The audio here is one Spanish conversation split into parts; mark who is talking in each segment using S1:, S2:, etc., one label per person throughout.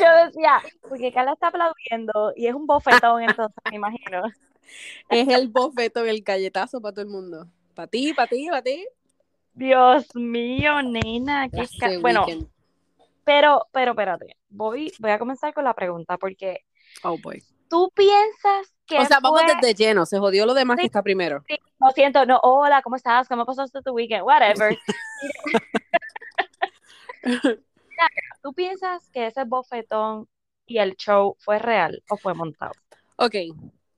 S1: Yo decía, porque Carla está aplaudiendo y es un bofetón, entonces me imagino.
S2: Es el bofetón, el galletazo para todo el mundo. Para ti, para ti, para ti.
S1: Dios mío, nena, qué
S2: Ese
S1: ca- bueno,
S2: weekend.
S1: pero, pero espérate, voy, voy a comenzar con la pregunta, porque
S2: Oh, boy.
S1: tú piensas que
S2: O sea, vamos
S1: fue-
S2: desde lleno. Se jodió lo demás
S1: Sí.
S2: que está primero.
S1: Sí, Lo siento, no, hola, ¿cómo estás? ¿Cómo pasaste tu weekend? Whatever. Mira, ¿Tú piensas que ese bofetón y el show fue real o fue montado?
S2: Ok,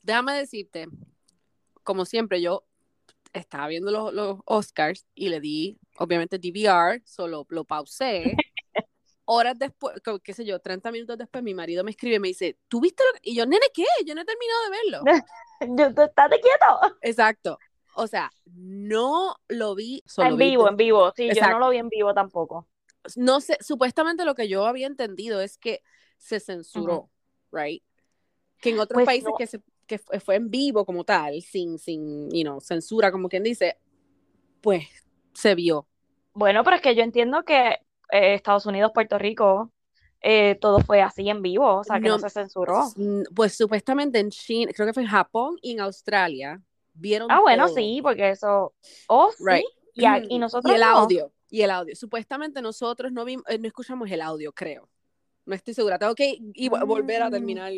S2: déjame decirte, como siempre, yo estaba viendo los, los Oscars y le di, obviamente, DVR, solo lo pausé. Horas después, co- qué sé yo, 30 minutos después, mi marido me escribe y me dice, ¿tú viste lo que-?" Y yo, nene, ¿qué? Yo no he terminado de verlo.
S1: Yo- tú- Estate quieto.
S2: Exacto. O sea, no lo vi solo
S1: En
S2: vi-
S1: vivo, en vivo. Sí, yo
S2: Exacto.
S1: no lo vi en vivo tampoco.
S2: No sé, supuestamente lo que yo había entendido es que se censuró, right? Que en otros
S1: Pues
S2: países
S1: no.
S2: que, se, que fue fue en vivo como tal, sin, sin, you know, censura, como quien dice, pues se vio.
S1: Bueno, pero es que yo entiendo que eh, Estados Unidos, Puerto Rico, eh, todo fue así en vivo, o sea, que no
S2: No.
S1: se censuró.
S2: Mm, Pues supuestamente en China, creo que fue en Japón y en Australia, vieron
S1: Ah, bueno,
S2: todo.
S1: sí, porque eso. Oh, sí.
S2: Right. Mm,
S1: Y, a- y nosotros
S2: el
S1: no.
S2: audio, y el audio. Supuestamente nosotros no, vimos, eh, no escuchamos el audio, creo. No estoy segura. Tengo que y vo- volver a
S1: Mm.
S2: terminar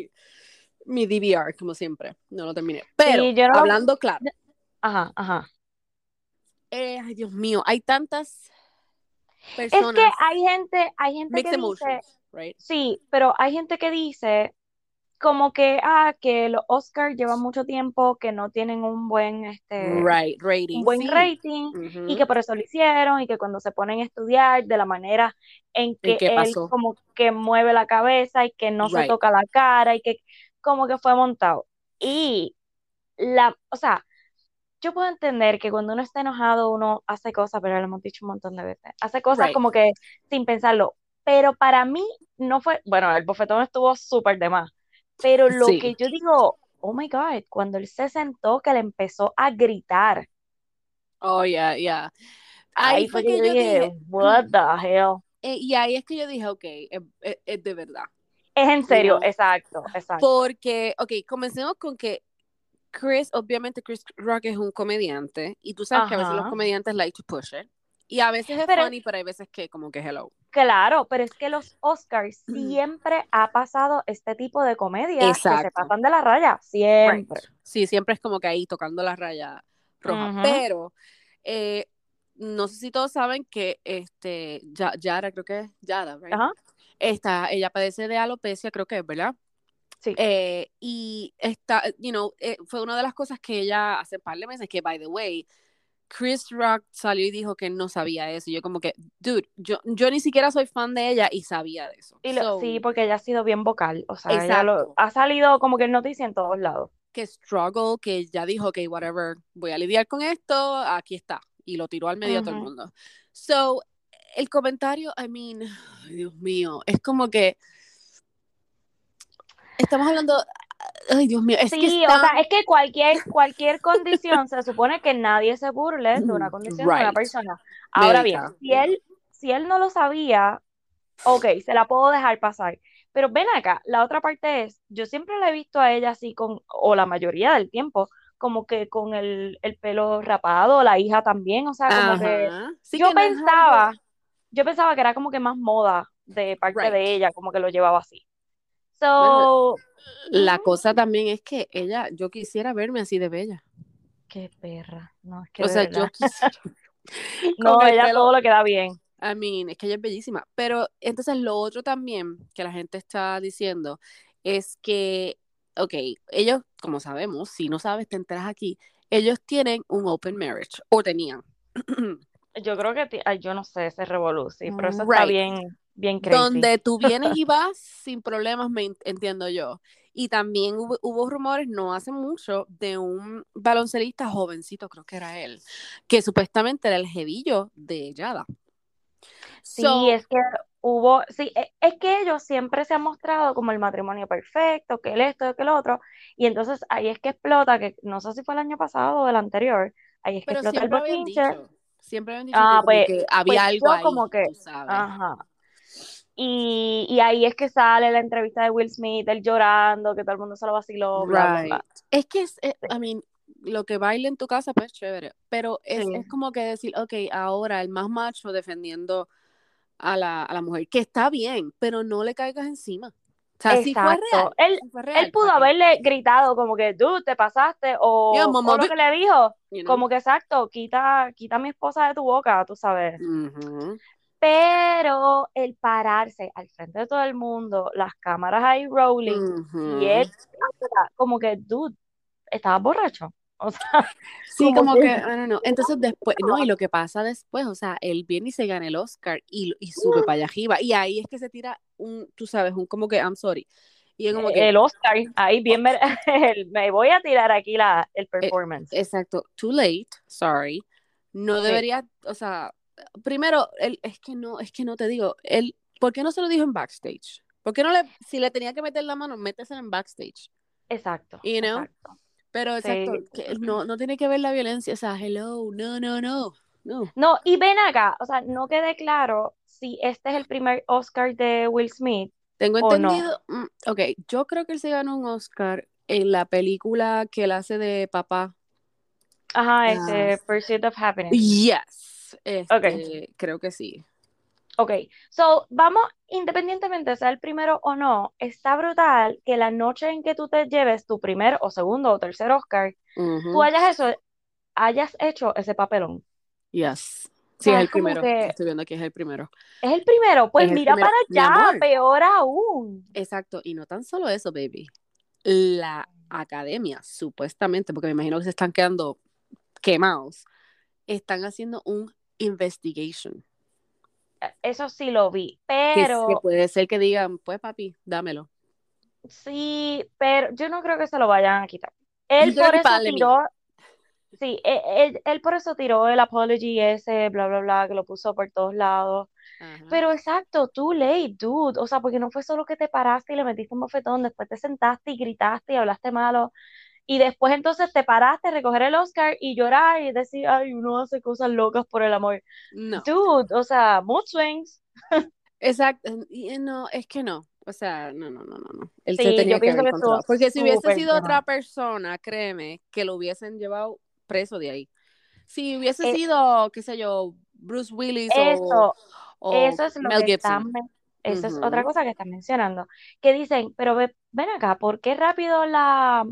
S2: mi DVR, como siempre. No lo terminé. Pero,
S1: Sí, yo no-
S2: hablando claro,
S1: Ajá, ajá.
S2: eh, ay, Dios mío, hay tantas
S1: Es
S2: personas.
S1: que hay gente, hay gente
S2: mixed
S1: que dice,
S2: emotions, right?
S1: sí, pero hay gente que dice como que, ah, que los Oscars llevan mucho tiempo, que no tienen un buen, este,
S2: Right,
S1: un
S2: rating.
S1: buen
S2: sí.
S1: rating
S2: Ujú.
S1: y que por eso lo hicieron y que cuando se ponen a estudiar de la manera en que
S2: qué
S1: él
S2: pasó?
S1: como que mueve la cabeza y que no se
S2: Right.
S1: toca la cara y que como que fue montado. Y la, o sea, yo puedo entender que cuando uno está enojado uno hace cosas, pero lo hemos dicho un montón de veces, hace cosas
S2: Right.
S1: como que sin pensarlo, pero para mí no fue, bueno, el bofetón estuvo súper de más, pero lo
S2: Sí.
S1: que yo digo, oh my God, cuando él se sentó que le empezó a gritar.
S2: Oh, yeah, yeah. Ahí,
S1: Ahí
S2: fue
S1: fue
S2: que
S1: que yo
S2: yo
S1: dije,
S2: dije, "Mm".
S1: what the hell.
S2: eh, y ahí es que yo dije, ok, es- es- es de verdad.
S1: Es en
S2: No.
S1: serio, exacto, exacto.
S2: Porque, ok, comencemos con que Chris, obviamente Chris Rock es un comediante y tú sabes que a veces
S1: Ajá.
S2: los comediantes like to push it. Y a veces es
S1: Pero-
S2: funny, pero hay veces que como que hello.
S1: Claro, pero es que los Oscars
S2: Mm.
S1: siempre ha pasado este tipo de comedia que se
S2: Exacto.
S1: pasan de la raya, siempre.
S2: Sí, siempre es como que ahí tocando la raya roja.
S1: Ujú.
S2: Pero eh, no sé si todos saben que este Ya- Yara, creo que es Yara, right?
S1: Ajá.
S2: Esta, ella padece de alopecia, creo que es, ¿verdad?
S1: Sí.
S2: Eh, y está, you know, eh, fue una de las cosas que ella hace un par de meses, que by the way, Chris Rock salió y dijo que no sabía eso. Y yo como que, dude, yo, yo ni siquiera soy fan de ella y sabía de eso.
S1: Y lo-
S2: So,
S1: sí, porque ella ha sido bien vocal, o sea, ella lo-
S2: Exacto.
S1: ha salido como que en noticia en todos lados.
S2: que struggle, que ya dijo, ok, whatever, voy a lidiar con esto, aquí está. Y lo tiró al medio a todo el
S1: Ujú.
S2: mundo. So, el comentario, I mean, ay, Dios mío, es como que estamos hablando, ay, Dios mío, es que
S1: Sí,
S2: está-
S1: o sea, es que cualquier, cualquier condición se supone que nadie se burle de una condición de una
S2: Right.
S1: persona. Ahora
S2: Médica.
S1: bien, si él, si él no lo sabía, ok, se la puedo dejar pasar. Pero ven acá, la otra parte es, yo siempre la he visto a ella así con, o la mayoría del tiempo, como que con el, el pelo rapado, la hija también, o sea, como que
S2: Ajá. Sí
S1: yo
S2: que no es algo-
S1: pensaba, yo pensaba que era como que más moda de parte
S2: Right.
S1: de ella, como que lo llevaba así. So,
S2: La
S1: mm,
S2: cosa también es que ella, yo quisiera verme así de bella.
S1: qué perra, no, es que
S2: O
S1: de
S2: sea,
S1: verdad.
S2: yo quisiera.
S1: No,
S2: con el
S1: ella
S2: pelo-
S1: todo lo queda bien.
S2: I mean, es que ella es bellísima. Pero entonces lo otro también que la gente está diciendo es que, ok, ellos, como sabemos, si no sabes, te enteras aquí, ellos tienen un open marriage, o tenían,
S1: Yo creo que, ti- ay, yo no sé, ese revolú, sí, pero eso está
S2: Right.
S1: bien, bien crazy.
S2: donde tú vienes y vas sin problemas, me en- entiendo yo. Y también hubo, hubo rumores no hace mucho de un baloncelista jovencito, creo que era él, que supuestamente era el jevillo de Yada.
S1: Sí,
S2: So,
S1: es que hubo, sí, e- es que ellos siempre se han mostrado como el matrimonio perfecto, que el esto, que el otro, y entonces ahí es que explota, que no sé si fue el año pasado o el anterior, ahí es que
S2: pero
S1: explota el
S2: siempre habían
S1: bochinche,
S2: dicho. Siempre me han dicho
S1: Ah,
S2: que, como
S1: pues-
S2: que había
S1: pues
S2: algo
S1: yo
S2: ahí,
S1: como que-
S2: tú sabes.
S1: Ajá. Y, y ahí es que sale la entrevista de Will Smith, él llorando, que todo el mundo se lo vaciló, bla, bla, bla.
S2: Right. Es que es, eh, I mean, lo que baila en tu casa pues chévere, pero es,
S1: Sí.
S2: es como que decir, ok, ahora el más macho defendiendo a la, a la mujer, que está bien, pero no le caigas encima. O sea, si fue
S1: Exacto.
S2: real.
S1: Él,
S2: si fue
S1: él
S2: real,
S1: pudo
S2: ¿para qué?
S1: haberle gritado como que, dude, te pasaste, o,
S2: Yeah,
S1: o
S2: mamá,
S1: lo
S2: ve-
S1: que le dijo,
S2: You know?
S1: como que exacto, quita, quita a mi esposa de tu boca, tú sabes.
S2: Ujú.
S1: Pero el pararse al frente de todo el mundo, las cámaras ahí rolling,
S2: Ujú.
S1: y él, como que, dude, estabas borracho. O sea,
S2: Sí,
S1: como
S2: como,
S1: que-
S2: que, I don't know. Entonces después, no, y lo que pasa después, o sea, él viene y se gana el Oscar y, y sube para allá arriba. Y ahí es que se tira un, tú sabes, un como que, I'm sorry. Y es como que,
S1: el Oscar, ahí bien, mere- el- me voy a tirar aquí la,
S2: Eh,
S1: el performance.
S2: exacto, too late, sorry. No
S1: Sí.
S2: debería, o sea, primero, él, es que no, es que no te digo, él, ¿por qué no se lo dijo en backstage? ¿Por qué no le, si le tenía que meter la mano, métesela en backstage?
S1: Exacto,
S2: You know?
S1: exacto.
S2: Pero exacto, que no, no tiene que ver la violencia, o sea, hello, no, no, no, no.
S1: No, y ven acá, o sea, no quede claro si este es el primer Oscar de Will Smith.
S2: Tengo
S1: ¿O no?
S2: entendido. mm, Ok, yo creo que él se ganó un Oscar en la película que él hace de papá.
S1: Ajá,
S2: Ah.
S1: este, Pursuit of Happiness.
S2: Yes. Este, Creo que sí.
S1: Ok, so vamos, independientemente sea el primero o no, está brutal que la noche en que tú te lleves tu primer o segundo o tercer Oscar,
S2: Ujú.
S1: tú hayas, eso, hayas hecho ese papelón.
S2: Yes. Sí,
S1: sea,
S2: es el
S1: es como
S2: primero.
S1: que-
S2: Estoy viendo que es el primero.
S1: ¿Es el primero? Pues
S2: Es el
S1: mira
S2: primero. Mi
S1: para allá,
S2: amor.
S1: peor aún.
S2: Exacto. Y no tan solo eso, baby. La academia, supuestamente, porque me imagino que se están quedando quemados, están haciendo un investigation.
S1: Eso sí lo vi,
S2: Que,
S1: pero
S2: que puede ser que digan, pues papi, dámelo.
S1: sí, pero yo no creo que se lo vayan a quitar. Él
S2: Yo creo
S1: por
S2: que
S1: eso
S2: para Lemmy.
S1: tiró, sí, e- e- él, por eso tiró el apology ese, bla, bla, bla, que lo puso por todos lados.
S2: Ajá.
S1: Pero exacto, too late, dude. O sea, porque no fue solo que te paraste y le metiste un bofetón, después te sentaste y gritaste y hablaste malo. Y después entonces te paraste a recoger el Oscar y llorar y decir, ay, uno hace cosas locas por el amor.
S2: No.
S1: Dude, o sea, mood swings.
S2: Exacto, y- y no, es que no, o sea, no, no, no, no, no. Él
S1: Sí,
S2: se
S1: yo
S2: tenía que
S1: pienso
S2: haber
S1: que estuvo
S2: controlado. Porque si hubiese
S1: súper
S2: sido otra
S1: quemado.
S2: persona, créeme, que lo hubiesen llevado preso de ahí. Si hubiese
S1: Eh,
S2: sido, qué sé yo, Bruce Willis o,
S1: Eso,
S2: o
S1: eso es lo
S2: Mel
S1: que
S2: Gibson.
S1: están, men- eso es otra
S2: Ujú.
S1: cosa que están mencionando, que dicen, pero ve- ven acá, ¿por qué rápido la,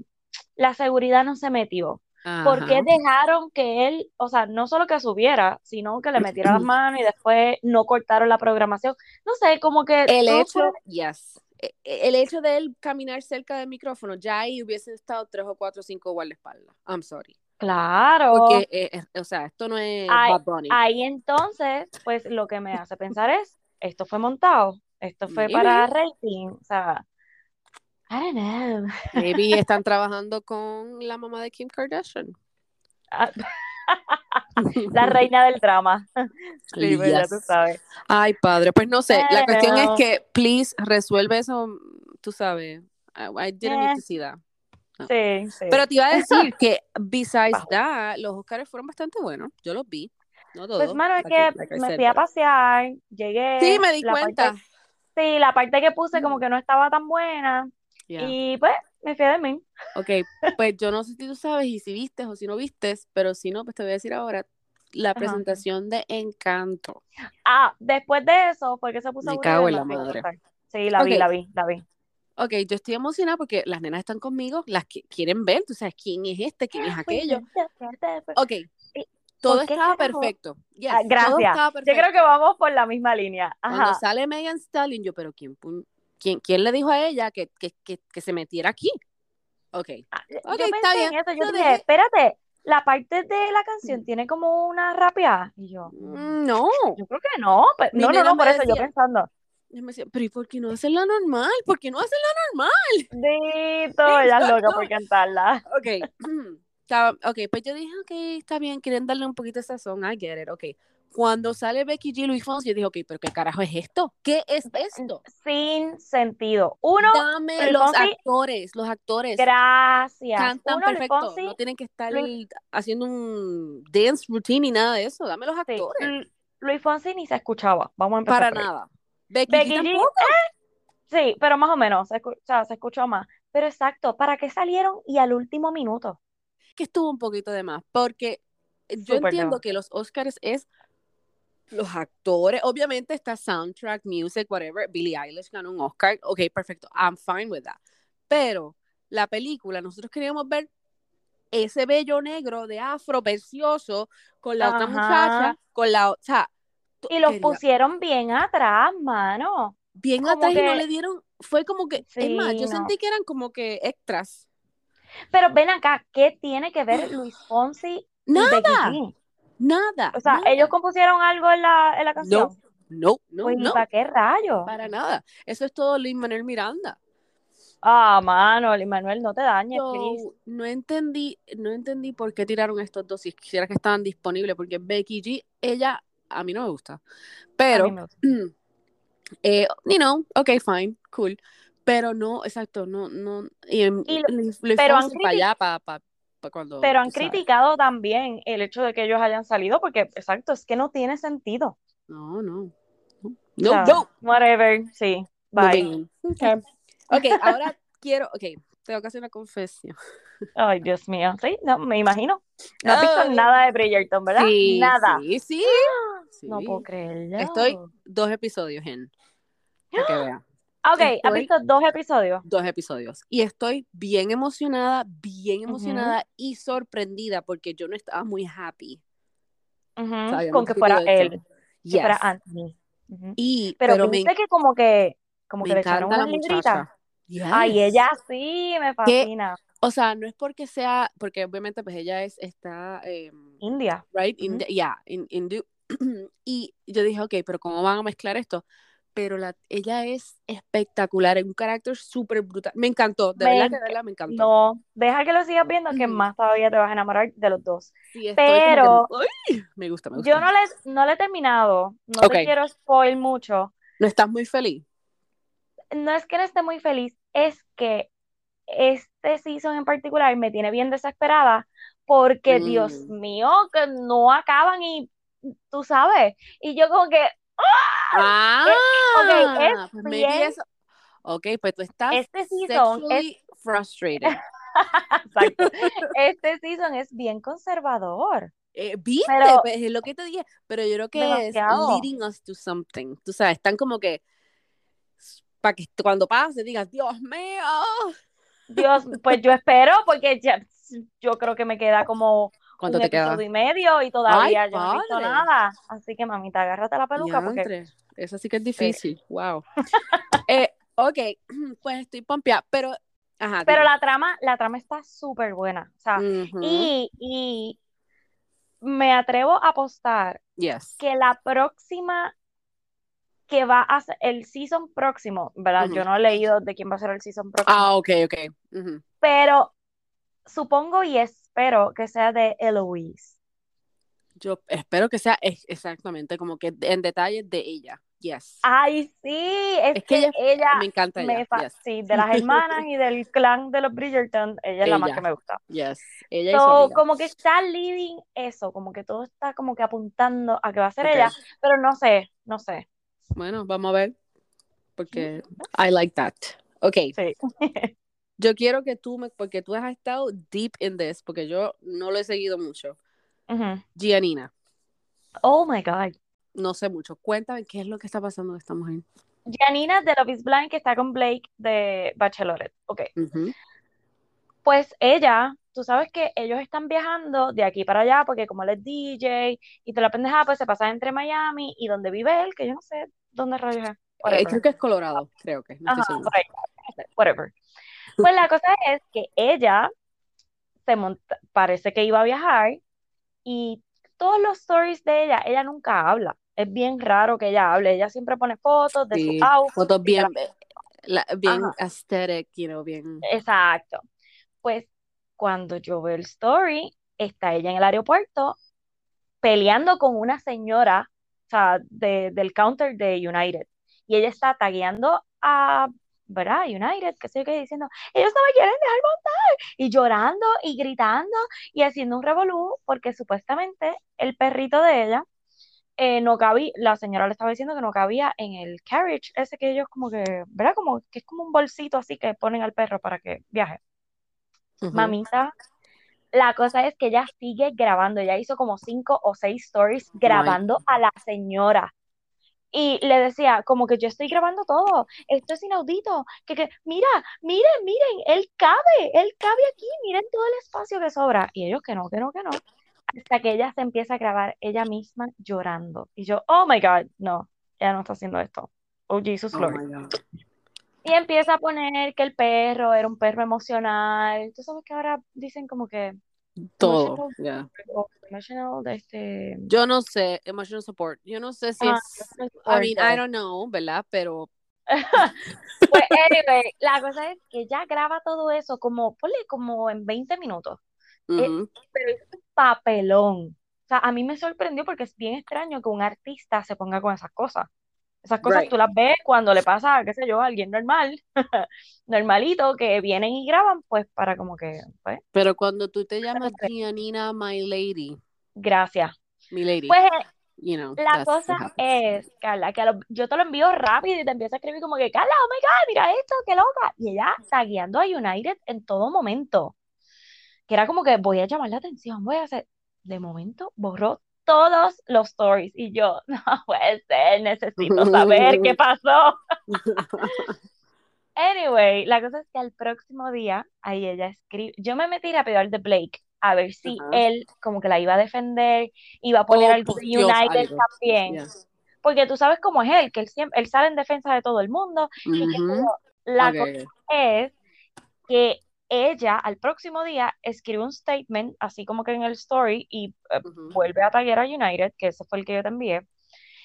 S1: la seguridad no se metió? ¿Por qué
S2: Ajá.
S1: dejaron que él, o sea, no solo que subiera, sino que le metiera las manos y después no cortaron la programación? No sé, como que
S2: El
S1: todo fue-
S2: hecho, yes. E- e- El hecho de él caminar cerca del micrófono, ya ahí hubiesen estado tres o cuatro o cinco guardaespaldas. I'm sorry.
S1: claro.
S2: Porque, eh, eh, o sea, esto no es
S1: Ay,
S2: Bad Bunny.
S1: Ahí entonces, pues lo que me hace pensar es, esto fue montado, esto fue
S2: Maybe.
S1: para rating, o sea, I don't know.
S2: Maybe están trabajando con la mamá de Kim Kardashian.
S1: Ah, La reina del drama. Sí, pues ya tú
S2: Yes.
S1: sabes.
S2: Ay, padre, pues no sé. La cuestión es
S1: Pero,
S2: que, please, resuelve eso. Tú sabes. I, I didn't
S1: Eh,
S2: need to see that. no.
S1: sí, sí.
S2: Pero te iba a decir que, besides
S1: Bajo.
S2: that, los Oscars fueron bastante buenos. Yo los vi. No todos.
S1: Pues, mano, es
S2: like I-
S1: que
S2: like I
S1: me
S2: said,
S1: fui a
S2: pero-
S1: pasear, llegué,
S2: Sí, me di
S1: la
S2: cuenta.
S1: parte, sí, la parte que puse como
S2: Mm.
S1: que no estaba tan buena,
S2: Yeah.
S1: y pues, me fui de mí.
S2: Ok, pues yo no sé si tú sabes y si vistes o si no vistes, pero si no, pues te voy a decir ahora la
S1: Ajá.
S2: presentación de Encanto.
S1: Ah, después de eso, fue que se puso
S2: Me
S1: aburrido
S2: cago
S1: y
S2: en
S1: me
S2: la
S1: fui a
S2: madre.
S1: pasear. Sí, la vi,
S2: Ok.
S1: la vi, la vi.
S2: Ok, yo estoy emocionada porque las nenas están conmigo, las que quieren ver, tú sabes quién es este, quién es
S1: Ah,
S2: aquello. Ok, todo
S1: pues ¿Por qué
S2: estaba
S1: carajo?
S2: perfecto. Yes,
S1: Ah,
S2: todo
S1: gracias.
S2: estaba
S1: Yo
S2: perfecto.
S1: creo que vamos por la misma línea.
S2: Cuando
S1: Ajá.
S2: sale Megan Stallion, yo, pero ¿quién, pu- quién, quién le dijo a ella que, que, que, que se metiera aquí? Ok,
S1: Ah, Yo
S2: ok,
S1: yo
S2: está
S1: pensé
S2: bien.
S1: en eso, yo
S2: Yo
S1: dije,
S2: dije,
S1: espérate, la parte de la canción tiene como una rapeada. Y yo, mm,
S2: "Mm, no.
S1: yo creo que no, pe-
S2: Mi
S1: no, no,
S2: nena
S1: no, por
S2: me
S1: eso yo
S2: decía-
S1: pensando,
S2: Y me decía, pero ¿y por qué no hacen la normal? ¿Por qué no hacen la normal?
S1: Dito, ella es loca por cantarla.
S2: Ok, estaba, ok, pues yo dije, ok, está bien, quieren darle un poquito de sazón, I get it, ok. Cuando sale Becky G. Luis Fonsi, yo dije, ok, pero ¿qué carajo es esto? ¿Qué es
S1: eh,
S2: esto?
S1: Sin sentido. Uno,
S2: Dame
S1: Luis
S2: los
S1: Fonsi-
S2: actores, los actores.
S1: gracias.
S2: pues, Cantan
S1: Uno, Luis
S2: perfecto.
S1: Fonsi-
S2: no tienen que estar
S1: Luis-
S2: haciendo un dance routine ni nada de eso. Dame los
S1: sí,
S2: actores.
S1: Lu- Luis Fonsi ni se escuchaba. Vamos a empezar.
S2: Para
S1: por ahí.
S2: nada. Becky, G
S1: Becky G,
S2: tampoco.
S1: ¿eh? Sí, pero más o menos, se escu- o sea, se escuchó más. Pero exacto, ¿para qué salieron y al último minuto?
S2: que estuvo un poquito de más, porque yo
S1: Súper de
S2: entiendo
S1: más.
S2: que los Oscars es los actores, obviamente está soundtrack, music, whatever, Billie Eilish ganó un Oscar, ok, perfecto, I'm fine with that, pero la película, nosotros queríamos ver ese bello negro de afro precioso con la otra
S1: Ajá.
S2: muchacha, con la, o sea, tú-
S1: Y los
S2: quería-
S1: pusieron bien atrás, mano.
S2: bien
S1: como
S2: atrás y no
S1: que-
S2: le dieron, fue como que, es
S1: Sí,
S2: más,
S1: no.
S2: yo sentí que eran como que extras.
S1: Pero ven acá, ¿qué tiene que ver Luis Fonsi y
S2: Nada.
S1: Becky G?
S2: Nada.
S1: O sea,
S2: nada.
S1: ellos compusieron algo en la, en la canción.
S2: no, no,
S1: Pues, ¿y
S2: no.
S1: para qué rayo?
S2: Para nada. Eso es todo Luis Manuel Miranda.
S1: Ah, mano, Manuel, no te dañes, please.
S2: Yo no entendí, no entendí por qué tiraron estos dos si quisiera que estaban disponibles, porque Becky G, ella, a mí no me gusta.
S1: A mí
S2: Pero,
S1: me gusta.
S2: eh, you know, ok, fine, cool. Pero no, exacto, no, no. Y, em,
S1: Y
S2: Luis- Luis
S1: pero han
S2: Fonsi pa'
S1: critic-
S2: allá, pa- pa- pa' cuando,
S1: Pero han
S2: tú sabes.
S1: criticado también el hecho de que ellos hayan salido, porque exacto, es que no tiene sentido.
S2: No, no. No,
S1: O sea,
S2: no, no.
S1: Whatever, sí. Bye.
S2: Moving on. Okay. ok, ahora quiero, ok, tengo que hacer una confesión.
S1: Ay, Dios mío. Sí, no, me imagino. No has visto
S2: Ay.
S1: nada de Bridgerton, ¿verdad?
S2: Sí,
S1: Nada.
S2: sí, sí. Sí.
S1: No puedo creerlo.
S2: Estoy dos episodios en. Para
S1: ¡Ah!
S2: que vea.
S1: Ok, has
S2: estoy-
S1: visto dos episodios.
S2: Dos episodios. Y estoy bien emocionada, bien emocionada y sorprendida porque yo no estaba muy happy.
S1: Ujú,
S2: Sabíamos
S1: Con que
S2: que
S1: fuera
S2: iba a
S1: él,
S2: ser.
S1: que
S2: Yes.
S1: fuera Anthony. Ujú.
S2: Y,
S1: Pero,
S2: pero, me,
S1: viste que como que, como
S2: me
S1: que le echaron
S2: encanta la
S1: unas libritas.
S2: muchacha. Yes.
S1: Ay, ella sí me fascina.
S2: O sea, no es porque sea, porque obviamente pues ella es, está, eh,
S1: India.
S2: right,
S1: Ujú.
S2: in the- yeah, in- in the- y yo dije, ok, pero ¿cómo van a mezclar esto? Pero la, ella es espectacular, es un carácter súper brutal. Me encantó, de
S1: Me
S2: verdad que de
S1: enc-
S2: verdad me encantó.
S1: No, deja que lo sigas viendo, que
S2: Ujú.
S1: más todavía te vas a enamorar de los dos.
S2: Sí, estoy como que,
S1: Pero-
S2: ¡ay! me gusta, me gusta.
S1: Yo no les, no le he terminado, no
S2: Ok.
S1: te quiero spoil mucho.
S2: ¿No estás muy feliz?
S1: No es que no esté muy feliz, es que este season en particular me tiene bien desesperada porque,
S2: Mm.
S1: Dios mío, que no acaban y tú sabes. Y yo como que
S2: Ah,
S1: eh, ok, es
S2: pues maybe
S1: bien-
S2: eso- Ok, pues tú estás
S1: Este season es-
S2: sexually frustrated.
S1: Exacto. Este season es bien conservador.
S2: Eh, ¿Viste?
S1: Pero-
S2: Pues es lo que te dije. Pero yo creo que
S1: Demasiado.
S2: es leading us to something. Tú sabes, están como que para que cuando pase digas, Dios mío.
S1: Dios, pues yo espero porque ya, yo creo que me queda como
S2: ¿Cuánto
S1: un
S2: te
S1: episodio
S2: queda?
S1: y medio y todavía
S2: Ay,
S1: yo no he visto
S2: padre.
S1: nada. Así que mamita, agárrate la peluca porque
S2: Diantre, Esa sí que es difícil. Wow. Eh, ok, pues estoy pompeada, pero. Ajá.
S1: pero la trama, la trama está súper buena. O sea,
S2: dime. Ujú,
S1: y, y me atrevo a apostar
S2: yes.
S1: que la próxima que va a ser, el season próximo, ¿verdad?
S2: Ujú.
S1: Yo no he leído de quién va a ser el season próximo,
S2: Ah, ok, ok. Ujú.
S1: pero supongo y espero que sea de Eloise.
S2: Yo espero que sea ex- exactamente como que en detalle de ella. Yes.
S1: Ay, sí, es,
S2: Es que
S1: que
S2: ella-
S1: ella,
S2: me encanta
S1: Ah, me
S2: ella.
S1: fa-
S2: Yes.
S1: sí, de las hermanas y del clan de los Bridgerton, ella es la más
S2: Ella.
S1: que me gusta.
S2: Yes. Ella y su
S1: So,
S2: amiga.
S1: como que está living eso, como que todo está como que apuntando a que va a ser
S2: Ok.
S1: ella, pero no sé, no sé.
S2: Bueno, vamos a ver. Porque I like that. Ok.
S1: Sí.
S2: Yo quiero que tú me, porque tú has estado deep in this, porque yo no lo he seguido mucho.
S1: Ujú.
S2: Gianina,
S1: Oh my God.
S2: no sé mucho. Cuéntame qué es lo que está pasando de esta mujer.
S1: Janina de Love is Blind que está con Blake de Bachelorette. Ok,
S2: Ujú.
S1: pues ella, tú sabes que ellos están viajando de aquí para allá porque como él es DJ y te la pendejada, pues se pasa entre Miami y donde vive él, que yo no sé dónde rayos es.
S2: Eh,
S1: Whatever.
S2: creo que es Colorado, creo que. No
S1: Ajá,
S2: estoy segura.
S1: por ahí, whatever. Pues la cosa es que ella se monta, parece que iba a viajar y todos los stories de ella, ella nunca habla. Es bien raro que ella hable. Ella siempre pone fotos de
S2: Sí,
S1: su outfit.
S2: fotos
S1: de la-
S2: bien, eh, la- bien
S1: Ajá. Eh,
S2: aesthetic, you know, bien.
S1: Exacto. Pues cuando yo veo el story, está ella en el aeropuerto peleando con una señora, o sea, de, del counter de United. Y ella está tagueando a, ¿verdad? United, que sé yo qué, diciendo, ellos no me quieren dejar montar. Y llorando y gritando y haciendo un revolú, porque supuestamente el perrito de ella eh, no cabía, la señora le estaba diciendo que no cabía en el carriage, ese que ellos como que, ¿verdad? Como que es como un bolsito así que ponen al perro para que viaje.
S2: Ujú.
S1: Mamita, la cosa es que ella sigue grabando, ella hizo como cinco o seis stories grabando a la señora. Y le decía, como que yo estoy grabando todo, esto es inaudito, que, que mira, miren, miren, él cabe, él cabe aquí, miren todo el espacio que sobra. Y ellos que no, que no, que no. Hasta que ella se empieza a grabar ella misma llorando. Y yo, oh my God, no, ella no está haciendo esto. Oh Jesus
S2: Oh,
S1: Lord.
S2: my God.
S1: Y empieza a poner que el perro era un perro emocional. Tú sabes que ahora dicen como que
S2: Todo. yeah.
S1: emotional, de este.
S2: Yo no sé, emotional support. Yo no sé si
S1: Ah,
S2: es. I mean, I don't know, ¿verdad? Pero
S1: Pues, anyway, la cosa es que ya graba todo eso como, ponle como en 20 minutos,
S2: ujú,
S1: pero es un papelón. O sea, a mí me sorprendió porque es bien extraño que un artista se ponga con esas cosas. Esas cosas
S2: Right.
S1: tú las ves cuando le pasa, qué sé yo, a alguien normal, normalito, que vienen y graban, pues para como que, pues,
S2: pero cuando tú te llamas Gianina, my lady,
S1: gracias.
S2: mi lady,
S1: Pues
S2: you know.
S1: La
S2: that's what
S1: cosa
S2: happens.
S1: es, Carla, que a lo- yo te lo envío rápido y te empiezo a escribir como que, Carla, oh my God, mira esto, qué loca. Y ella tagueando a United en todo momento. Que era como que voy a llamar la atención, voy a hacer. De momento borró todos los stories. Y yo, no puede ser, necesito saber qué pasó. Anyway, la cosa es que al próximo día, ahí ella escribe. Yo me metí rápido al de Blake a ver si
S2: Ajá.
S1: él como que la iba a defender, iba a poner
S2: Oh,
S1: algo
S2: por
S1: de
S2: Dios,
S1: United
S2: algo.
S1: también.
S2: Yeah.
S1: Porque tú sabes cómo es él, que él siempre, él sale en defensa de todo el mundo. y qué sé
S2: Ujú.
S1: yo. La
S2: Okay,
S1: cosa
S2: okay.
S1: es que ella al próximo día escribe un statement, así como que en el story, y eh,
S2: Ujú.
S1: vuelve a taguear a United, que ese fue el que yo te envié,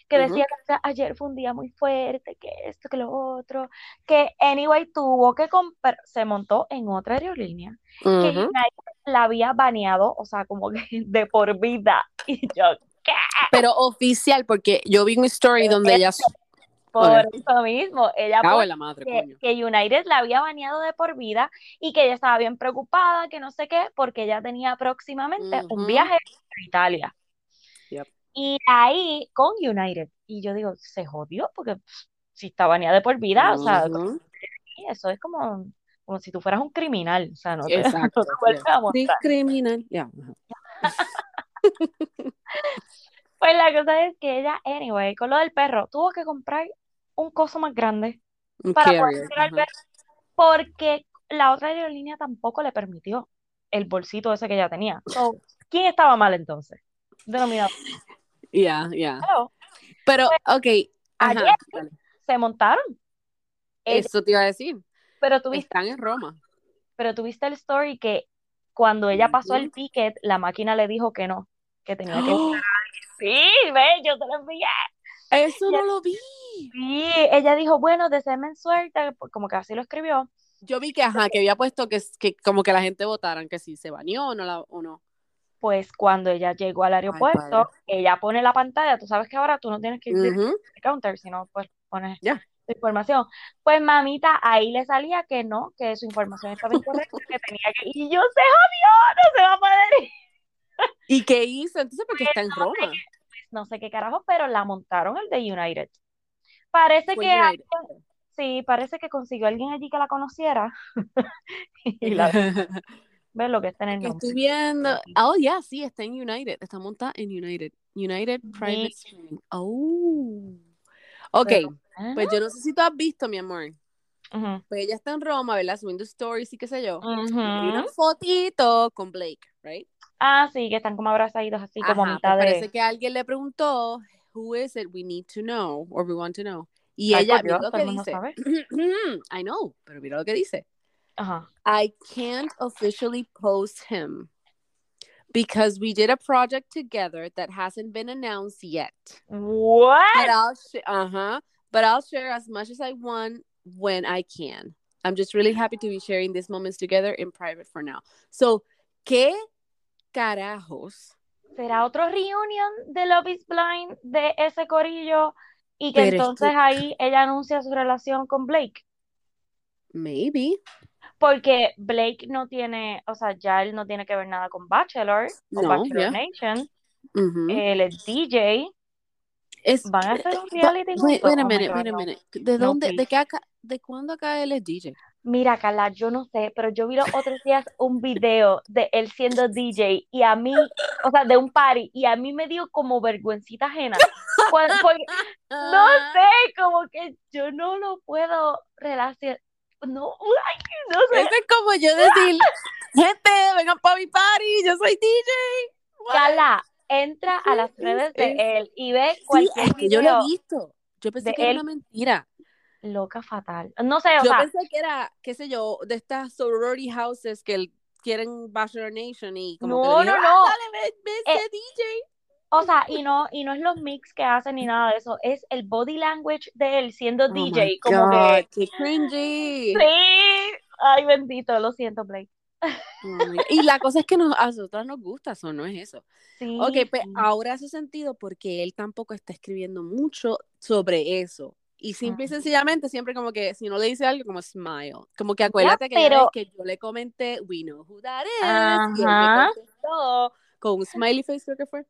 S1: que
S2: Ujú.
S1: decía que ayer fue un día muy fuerte, que esto, que lo otro, que anyway tuvo que comprar, se montó en otra aerolínea, que
S2: Ujú.
S1: United la había baneado, o sea, como que de por vida. Y yo, ¿qué?
S2: Pero oficial, porque yo vi una story donde ella. e
S1: Por eso mismo, ella
S2: Cago
S1: puso
S2: en la madre,
S1: que,
S2: este coño.
S1: que United la había baneado de por vida y que ella estaba bien preocupada, que no sé qué, porque ella tenía próximamente un
S2: Ujú.
S1: viaje a Italia.
S2: Yep.
S1: Y ahí con United. Y yo digo, se jodió, porque pff, si está baneada de por vida, o sea,
S2: Ujú.
S1: sí, eso es como, como si tú fueras un criminal, o sea, no te, no
S2: Exacto.
S1: te vuelves a
S2: Yeah.
S1: montar.
S2: Criminal. Yeah. Ajá.
S1: Pues la cosa es que ella, anyway, con lo del perro, tuvo que comprar un coso más grande
S2: Un
S1: para poder
S2: carrier.
S1: tirar al
S2: Ajá.
S1: perro. porque la otra aerolínea tampoco le permitió el bolsito ese que ella tenía. So, ¿quién estaba mal entonces? Denominado.
S2: Yeah, yeah.
S1: Pero
S2: Pero, ok.
S1: Pues, ayer
S2: Ajá. dale.
S1: se montaron. Ella-
S2: Eso te iba a decir.
S1: pero tuviste,
S2: Están en Roma.
S1: pero tuviste el story que cuando ella pasó el ticket, la máquina le dijo que no, que tenía que.
S2: Ujú.
S1: Sí, ve, yo te lo envié.
S2: Eso
S1: Y
S2: no lo vi.
S1: así, ella dijo, bueno, deseenme suerte, pues, como que así lo escribió.
S2: Yo vi que, ajá, que había puesto que, que como que la gente votaran que si se baneó o no. La, o no.
S1: Pues cuando ella llegó al
S2: Ay, padre.
S1: aeropuerto, ella pone la pantalla, tú sabes que ahora tú no tienes que ir directo
S2: Ujú.
S1: al counter, sino pues pones
S2: Ya.
S1: tu información. Pues mamita, ahí le salía que no, que su información estaba incorrecta, que tenía que ir. Y yo, se jodió, no se va a poder ir.
S2: ¿Y qué hizo? Entonces, porque está en
S1: No sé,
S2: Roma.
S1: qué- no sé qué carajo, pero la montaron el de United. Parece
S2: Fue
S1: que
S2: United.
S1: alguien, sí, parece que consiguió a alguien allí que la conociera. Y la ves lo que está en el
S2: Que
S1: nombre.
S2: estoy viendo. Oh, ya, sí, está en United. Está montada en United. United Private
S1: Sí,
S2: Screening. Oh. Ok.
S1: pero, ¿eh?
S2: Pues yo no sé si tú has visto, mi amor.
S1: Ujú.
S2: Pues ella está en Roma, ¿verdad? Subiendo stories y qué sé yo. Y hay una
S1: Ujú.
S2: fotito con Blake, ¿right?
S1: Ah, sí, que están como abrazaditos así, como a
S2: Ajá, pues
S1: mitad
S2: parece
S1: de.
S2: que alguien le preguntó, who is it we need to know or we want to know. Y
S1: Ay,
S2: ella,
S1: por
S2: mira
S1: Dios,
S2: lo
S1: todo el
S2: que
S1: mundo
S2: dice.
S1: sabe.
S2: I know, pero mira lo que dice.
S1: Ajá.
S2: I can't officially post him because we did a project together that hasn't been announced yet. But
S1: What?
S2: I'll sh- uh-huh. But I'll share as much as I want when I can. I'm just really happy to be sharing these moments together in private for now. So, ¿qué carajos
S1: será otro reunion de Love is Blind de ese corillo y que
S2: Pero es
S1: entonces
S2: que-
S1: ahí ella anuncia su relación con Blake.
S2: Maybe.
S1: Porque Blake no tiene, o sea, ya él no tiene que ver nada con Bachelor o
S2: No,
S1: Bachelor
S2: ya. Mm.
S1: Nation.
S2: Ujú.
S1: Él es DJ.
S2: Es-
S1: ¿Van a hacer un
S2: But-
S1: reality
S2: Wait,
S1: juntos?
S2: wait a
S1: Oh my
S2: minute,
S1: God,
S2: wait a
S1: no.
S2: minute. ¿De
S1: No,
S2: dónde,
S1: please.
S2: de qué acá, de cuándo acá él es DJ?
S1: Mira, Carla, yo no sé, pero yo vi los otros días un video de él siendo DJ y a mí, o sea, de un party, y a mí me dio como vergüencita ajena. Cuan- porque, no sé, como que yo no lo puedo relacionar. No, ay, no sé.
S2: Ah, Eso es como yo decir, gente, vengan para mi party, yo soy DJ. What?
S1: Carla, entra a las
S2: ¿Qué
S1: redes de
S2: es
S1: él y ve
S2: Sí,
S1: cualquier
S2: es que yo
S1: video.
S2: lo he visto. Yo pensé
S1: de
S2: que era
S1: él.
S2: una mentira.
S1: Loca fatal. No sé, o
S2: Yo
S1: sea,
S2: pensé que era, qué sé yo, de estas sorority houses que el- quieren Bachelor Nation y como que
S1: No,
S2: le dijeron,
S1: no,
S2: "Ah,
S1: no.
S2: dale, ve, ve
S1: Eh,
S2: ese DJ.
S1: o sea, y no, y no es los mix que hacen ni nada de eso, es el body language de él siendo
S2: Oh
S1: DJ,
S2: my
S1: como que
S2: God, qué cringy.
S1: Sí, ay bendito, lo siento, Blake.
S2: Oh my- Y la cosa es que nos, a nosotras nos gusta eso, no es eso.
S1: Sí,
S2: Ok, pues
S1: sí.
S2: ahora hace sentido porque él tampoco está escribiendo mucho sobre eso. Y simple y
S1: Ujú.
S2: sencillamente, siempre como que si no le dice algo, como smile. Como que
S1: Ya,
S2: acuérdate que
S1: pero-
S2: ya ves que yo le comenté, we know who that is. Y él me
S1: Ajá.
S2: contestó con un smiley face, creo que fue.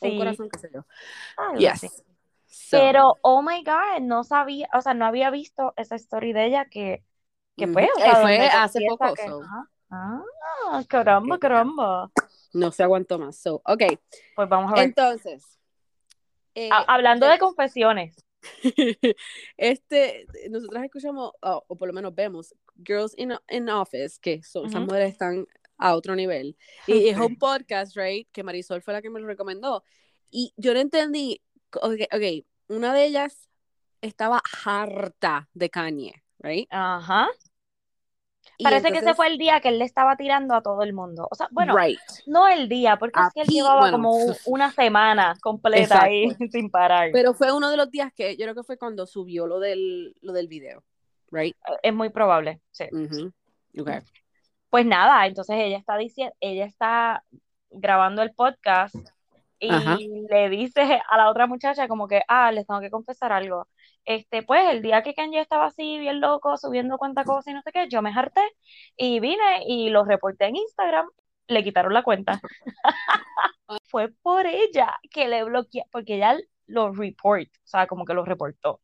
S2: O un
S1: Sí,
S2: corazón, qué sé yo.
S1: algo así.
S2: Yes. So,
S1: Pero, oh my God, no sabía, o sea, no había visto esa story de ella que, que pues,
S2: ujú.
S1: o sea,
S2: Eh, fue
S1: donde
S2: hace
S1: confiesa
S2: poco,
S1: que-
S2: so,
S1: ajá. Ah, caramba,
S2: Ok, ya.
S1: caramba.
S2: no se aguantó más. So, ok,
S1: Pues vamos a ver.
S2: entonces. eh,
S1: Ha- hablando
S2: eh,
S1: de confesiones.
S2: Este, nosotras escuchamos, o, o por lo menos vemos, Girls in, in Office, que son, esas
S1: Ujú.
S2: mujeres están a otro nivel. Y es un podcast, right, que Marisol fue la que me lo recomendó. Y yo no entendí, ok, ok, una de ellas estaba harta de Kanye, right?
S1: Ajá.
S2: Y
S1: Parece que ese
S2: entonces-
S1: fue el día que él le estaba tirando a todo el mundo. O sea, bueno,
S2: right.
S1: no el día, porque es
S2: A
S1: que él
S2: Pete,
S1: llevaba
S2: bueno,
S1: como u- una semana completa ahí sin parar.
S2: pero fue uno de los días que yo creo que fue cuando subió lo del, lo del video, right?
S1: Es muy probable, sí.
S2: Ujú. Okay.
S1: Pues nada, entonces ella está diciendo, ella está grabando el podcast y
S2: Ajá.
S1: le dice a la otra muchacha como que, ah, les tengo que confesar algo. Este, pues el día que Kanye estaba así, bien loco, subiendo cuanta cosa y no sé qué, yo me harté y vine y lo reporté en Instagram, le quitaron la cuenta. Fue por ella que le bloqueé, porque ella lo report, o sea, como que lo reportó.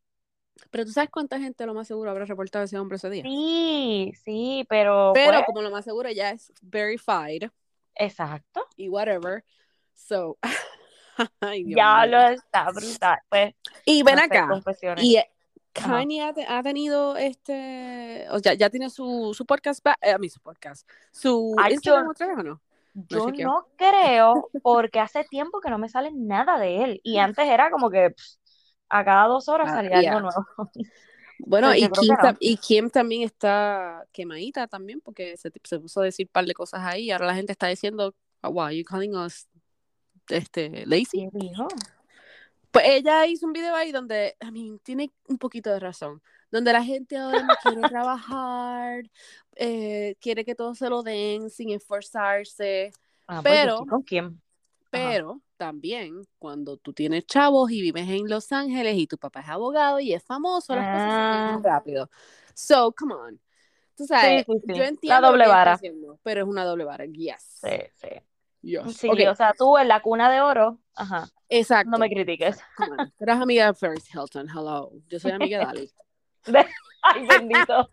S2: Pero tú sabes cuánta gente lo más seguro habrá reportado a ese hombre ese día.
S1: Sí, sí, pero,
S2: Pero
S1: pues,
S2: como lo más seguro ya es verified
S1: exacto.
S2: y whatever. So, ay, Dios
S1: Ya
S2: mío.
S1: lo está brutal. Pues,
S2: Y ven
S1: no sé,
S2: acá.
S1: confesiones.
S2: Y eh,
S1: Ajá.
S2: Kanye ha, te- ha tenido este, o sea, ya tiene su, su podcast, ba- eh, a mí su podcast, su
S1: Ay,
S2: Instagram
S1: yo-
S2: otra vez o no?
S1: Yo
S2: chequeo.
S1: no creo, porque hace tiempo que no me sale nada de él. Y antes era como que pss, a cada dos horas
S2: Ah,
S1: salía algo
S2: yeah.
S1: nuevo.
S2: Bueno,
S1: So,
S2: y
S1: yo creo
S2: Kim,
S1: que no.
S2: ta- y Kim también está quemadita también porque se, se puso a decir un par de cosas ahí. Ahora la gente está diciendo, wow, you calling us este,
S1: ¿Qué
S2: lazy?
S1: dijo?
S2: Pues ella hizo un video ahí donde, I mean, tiene un poquito de razón, donde la gente ahora no quiere trabajar, eh, quiere que todo se lo den sin esforzarse,
S1: Ah, pues yo
S2: pero,
S1: estoy con quién. Ajá.
S2: pero también cuando tú tienes chavos y vives en Los Ángeles y tu papá es abogado y es famoso, las cosas se ven
S1: Ah,
S2: más rápido. So, come on. Tú sabes,
S1: sí, sí, sí.
S2: yo
S1: La
S2: entiendo lo
S1: doble
S2: que ella está
S1: vara.
S2: haciendo, pero es una doble vara. Yes.
S1: Sí, sí.
S2: Yes.
S1: Sí,
S2: Ok,
S1: o sea, tú en la cuna de oro. Ajá. No
S2: exacto.
S1: me critiques.
S2: Come on. Tú eres amiga de Paris Hilton, hello. Yo soy amiga de Ali.
S1: Ay, bendito.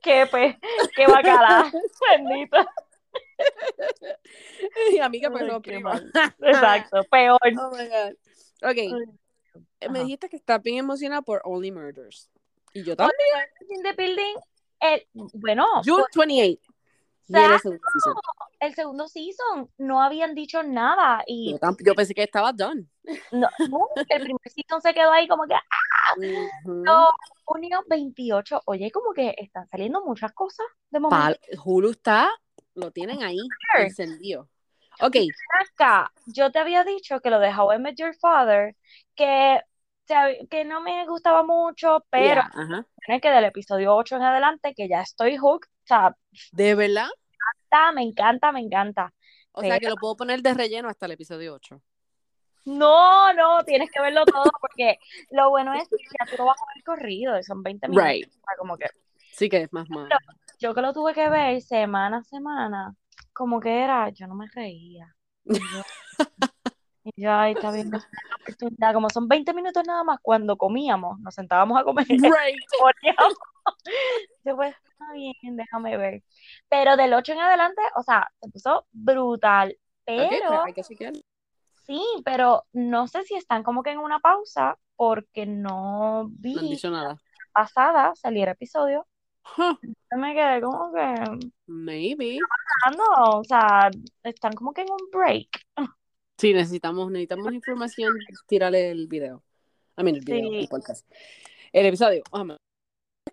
S1: Qué pe, qué bacala. Bendito.
S2: Y amiga, pero
S1: Ay,
S2: no
S1: qué
S2: prima.
S1: mal. Exacto. Peor.
S2: Oh my God. Ok, me
S1: Ajá.
S2: dijiste que estás bien emocionada por Only Murders. Y yo
S1: Only
S2: también.
S1: In the building. el- bueno,
S2: June 28. Viene ese season.
S1: el segundo season no habían dicho nada y
S2: yo, tam- yo pensé que estaba done.
S1: no, no, el primer season se quedó ahí como que ah,
S2: Ujú.
S1: no, junio 28. Oye, como que están saliendo muchas cosas de momento.
S2: Pal- Hulu está, lo tienen ahí,
S1: Sure.
S2: encendido. Ok,
S1: Acá, yo te había dicho que lo de How I Met Your Father, que, te- que no me gustaba mucho, pero
S2: ya, ajá.
S1: tiene que del episodio 8 en adelante, que ya estoy hooked, o sea,
S2: ¿De verdad?
S1: está, me encanta, me encanta.
S2: O sea que lo puedo poner de relleno hasta el episodio 8.
S1: No, no, tienes que verlo todo porque lo bueno es que ya tú lo vas a ver corrido, y son 20 minutos.
S2: Right.
S1: o sea, Como que
S2: Sí que es más malo.
S1: yo que lo tuve que ver semana a semana, como que era, yo no me reía. Y yo- y yo, ay, está bien, no es una oportunidad. Como son 20 minutos nada más, cuando comíamos, nos sentábamos a comer.
S2: Right.
S1: poníamos. Yo pues, está bien, déjame ver. Pero del 8 en adelante, o sea, se puso brutal.
S2: Ok, pues
S1: Pero,
S2: hay que chequear.
S1: sí, pero no sé si están como que en una pausa, porque no
S2: No han
S1: vi
S2: dicho nada.
S1: pasada salir episodio.
S2: Huh,
S1: Yo me quedé como que,
S2: maybe.
S1: ah, no, o sea, están como que en un break.
S2: Sí, necesitamos, necesitamos información. Tírale el video. A mí el video,
S1: Sí.
S2: el podcast. El episodio. vamos.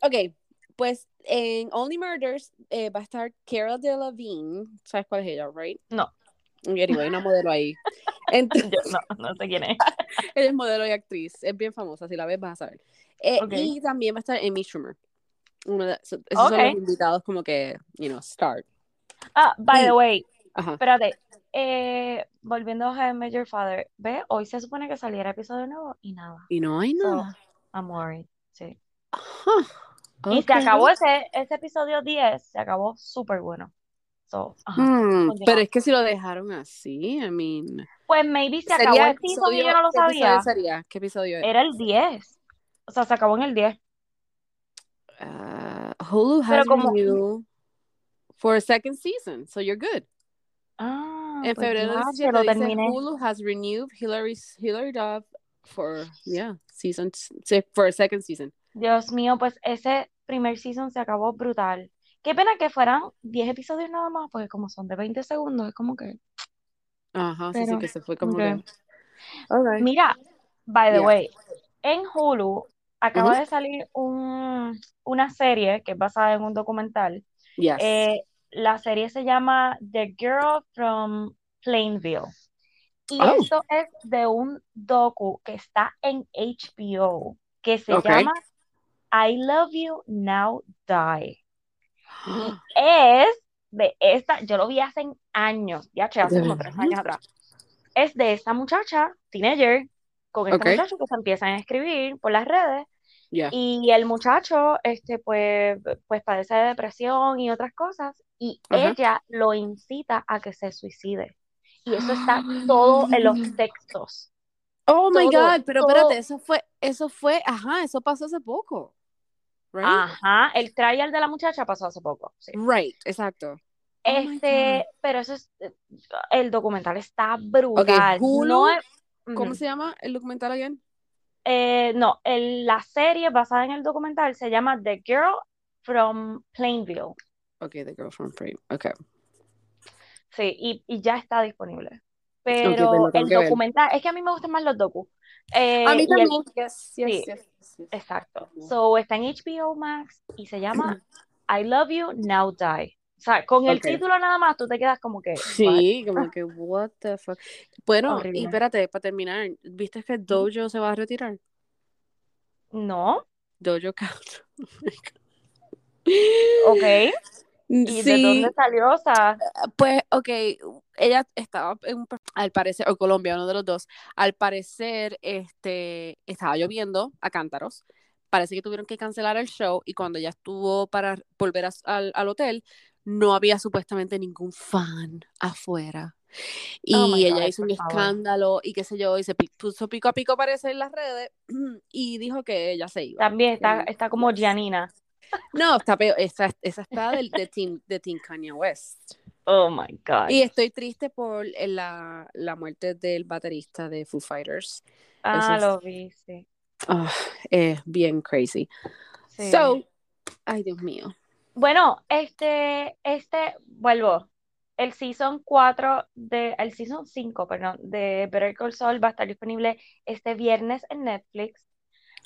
S2: Ok, pues en Only Murders eh, va a estar Carol Delevingne. ¿Sabes cuál es ella, right?
S1: No.
S2: Ok, Anyway, hay una modelo ahí. Ent-
S1: Yo no, no sé quién es.
S2: ella es modelo y actriz. Es bien famosa. Si la ves, vas a saber. Eh,
S1: Ok.
S2: Y también va a estar Amy Schumer. Uno de- so- esos son
S1: Ok.
S2: los invitados como que, you know, start.
S1: Ah, by the
S2: Sí.
S1: way,
S2: Ajá.
S1: espérate. eh, volviendo a How I Met Your Father, ve, hoy se supone que saliera episodio nuevo y nada.
S2: Y no hay
S1: So,
S2: nada.
S1: I'm worried, sí.
S2: Ajá.
S1: Oh. Y se
S2: Ok.
S1: acabó ese, ese episodio 10, se acabó súper bueno. So, ajá.
S2: Hmm,
S1: Continuamos.
S2: pero es que si lo dejaron así, I mean.
S1: Pues maybe se acabó el season y yo no lo
S2: ¿qué episodio
S1: sabía. Eh,
S2: sería? ¿Qué episodio es?
S1: Era el 10. O sea, se acabó en el 10.
S2: Ah, Hulu
S1: Pero
S2: has
S1: como-
S2: renewed for a second season, so you're good.
S1: Ah,
S2: En
S1: pues
S2: febrero
S1: ya,
S2: 17
S1: lo
S2: dice
S1: terminé.
S2: Hulu has renewed Hillary's Hillary Duff for yeah, season se- for a second season.
S1: Dios mío, pues ese primer season se acabó brutal. Qué pena que fueran 10 episodios nada más, porque como son de 20 segundos, es como que...
S2: Ajá, sí, sí
S1: Pero-
S2: que se fue como
S1: ok.
S2: que. All right.
S1: Mira, by the
S2: Yeah.
S1: way, en Hulu acaba
S2: Ujú.
S1: de salir un- una serie que es basada en un documental.
S2: Yes.
S1: Eh, la serie se llama The Girl from Plainville. Y
S2: Oh.
S1: esto es de un docu que está en HBO, que se
S2: Ok.
S1: llama I Love You Now Die. Es de esta, yo lo vi hace años, ya che, hace
S2: ¿De
S1: como
S2: verdad?
S1: tres años atrás. Es de esta muchacha, teenager, con este
S2: Ok. Ah.
S1: muchacho que se empiezan a escribir por las redes.
S2: Yeah.
S1: Y el muchacho, este, pues, pues padece de depresión y otras cosas, y
S2: Ajá.
S1: ella lo incita a que se suicide. Y eso está todo en los textos.
S2: Oh my
S1: todo,
S2: God, pero
S1: todo.
S2: espérate, eso fue, eso fue, ajá, eso pasó hace poco. Right?
S1: Ajá, el trial de la muchacha pasó hace poco. sí.
S2: Right, exacto. Oh my
S1: Este,
S2: God.
S1: pero eso es, el documental está brutal.
S2: Hulu,
S1: No es-
S2: ¿Cómo
S1: Ujú.
S2: se llama el documental again?
S1: Eh, no, el- la serie basada en el documental se llama The Girl from Plainville.
S2: Ok, The Girl from Frame. Ok.
S1: Eh, Sí, y, y ya está disponible.
S2: pues lo
S1: Pero
S2: tengo
S1: el
S2: que ver.
S1: documental, es que a mí me gustan más los docu. Eh,
S2: A mí
S1: y el-
S2: también. Yes, yes,
S1: sí.
S2: yes, yes, yes.
S1: exacto. So está en HBO Max y se llama I Love You Now Die. O sea, con el
S2: Ok.
S1: título nada más tú te quedas como que. "What?".
S2: Sí, como que, what the fuck. Bueno,
S1: Horrible.
S2: y espérate, para terminar, ¿viste que Dojo se va a retirar?
S1: No,
S2: Dojo Cat.
S1: ok. ¿Y de
S2: Sí,
S1: dónde salió? O sea,
S2: pues, ok, ella estaba en un per- al parecer, o Colombia, uno de los dos, al parecer, este, estaba lloviendo a cántaros. Parece que tuvieron que cancelar el show y cuando ella estuvo para volver a- al, al hotel, no había supuestamente ningún fan afuera. Y
S1: Oh my
S2: ella
S1: God,
S2: hizo un
S1: por favor.
S2: escándalo y qué sé yo, y se pi- puso pico a pico, parece, en las redes y dijo que ella se iba.
S1: también está,
S2: Mm,
S1: está como
S2: yes.
S1: Gianina.
S2: No, está peor, esa, esa está del, de, team, de Team Kanye West.
S1: Oh my God.
S2: Y estoy triste por eh, la, la muerte del baterista de Foo Fighters.
S1: Ah,
S2: es-
S1: lo vi, sí.
S2: Ah, es bien crazy.
S1: Sí.
S2: So, ay Dios mío.
S1: Bueno, este, este, vuelvo. El season 4 de, el season 5, perdón, de Better Call Saul va a estar disponible este viernes en Netflix.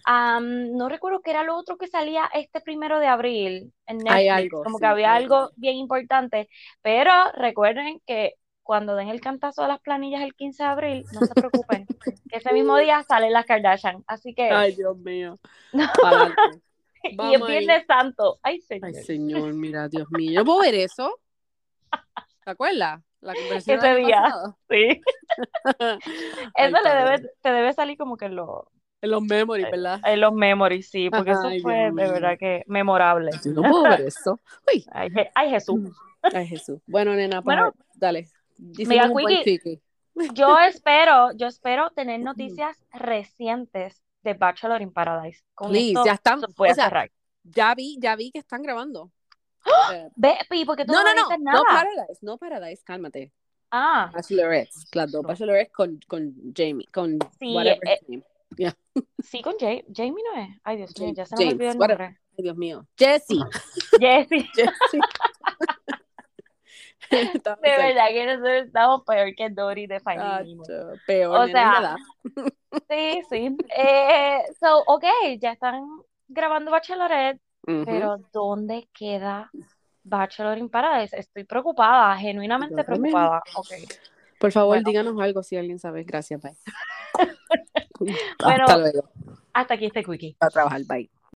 S1: Am, no recuerdo qué era lo otro que salía este primero de abril en Netflix.
S2: Hay algo,
S1: como
S2: sí,
S1: que había
S2: hay algo.
S1: algo bien importante. Pero recuerden que cuando den el cantazo a las planillas el 15 de abril, no se preocupen, que ese mismo día salen las Kardashian. Así que,
S2: Ay Dios mío.
S1: No.
S2: Pa'lante.
S1: y es
S2: vamos ahí.
S1: Viernes Santo. Ay,
S2: Ay
S1: señor.
S2: señor, mira Dios mío. ¿Yo puedo ver eso? ¿Te acuerdas? La conversación
S1: Ese
S2: del año
S1: día.
S2: pasado.
S1: Sí.
S2: Ay,
S1: Eso le
S2: padre.
S1: debe, te debe salir como que en, los-
S2: En los memories, ¿verdad?
S1: en los memories, sí, porque eso
S2: Ay,
S1: fue
S2: Dios
S1: de
S2: mío.
S1: verdad que memorable.
S2: Yo no puedo ver eso.
S1: Ay, Je- ay, Jesús.
S2: Ay, Jesús. Bueno, nena, pues,
S1: Bueno.
S2: dale. Hicimos un buen
S1: Quickie.
S2: quickie.
S1: Yo espero, yo espero tener noticias recientes de Bachelor in Paradise. Con
S2: Please,
S1: esto
S2: ya están-
S1: voy
S2: o
S1: a
S2: sea,
S1: cerrar. ¡Ah!
S2: Ya vi, ya vi que están grabando. Eh,
S1: Ve, Pi, porque tú
S2: no,
S1: no, me
S2: no, no,
S1: dices
S2: no
S1: nada.
S2: Paradise, no Paradise, cálmate.
S1: Ah,
S2: Bachelorettes, las dos Bachelorettes con, con Jamie, con
S1: Sí,
S2: whatever
S1: eh,
S2: his name.
S1: sí, con Jay. Jamie no es. Ay, Dios mío,
S2: James-
S1: ya se nos
S2: James,
S1: olvidó el
S2: whatever.
S1: nombre.
S2: Ay, Dios mío. Jessie.
S1: Jessie,
S2: Jessie. Estaba
S1: de
S2: cerca.
S1: verdad que nosotros estamos peor que Dory de
S2: Ah,
S1: Finding Nemo.
S2: cho, peor.
S1: O
S2: nena,
S1: sea,
S2: nada.
S1: Sí, sí. Eh, so, ok, ya están grabando Bachelorette,
S2: Ujú.
S1: pero ¿dónde queda Bachelor in Paradise? Estoy preocupada, genuinamente
S2: Yo también.
S1: preocupada. Okay.
S2: Por favor,
S1: bueno.
S2: díganos algo si alguien sabe. Gracias, bye.
S1: Bueno.
S2: Hasta luego.
S1: Hasta aquí este quickie.
S2: A trabajar, bye.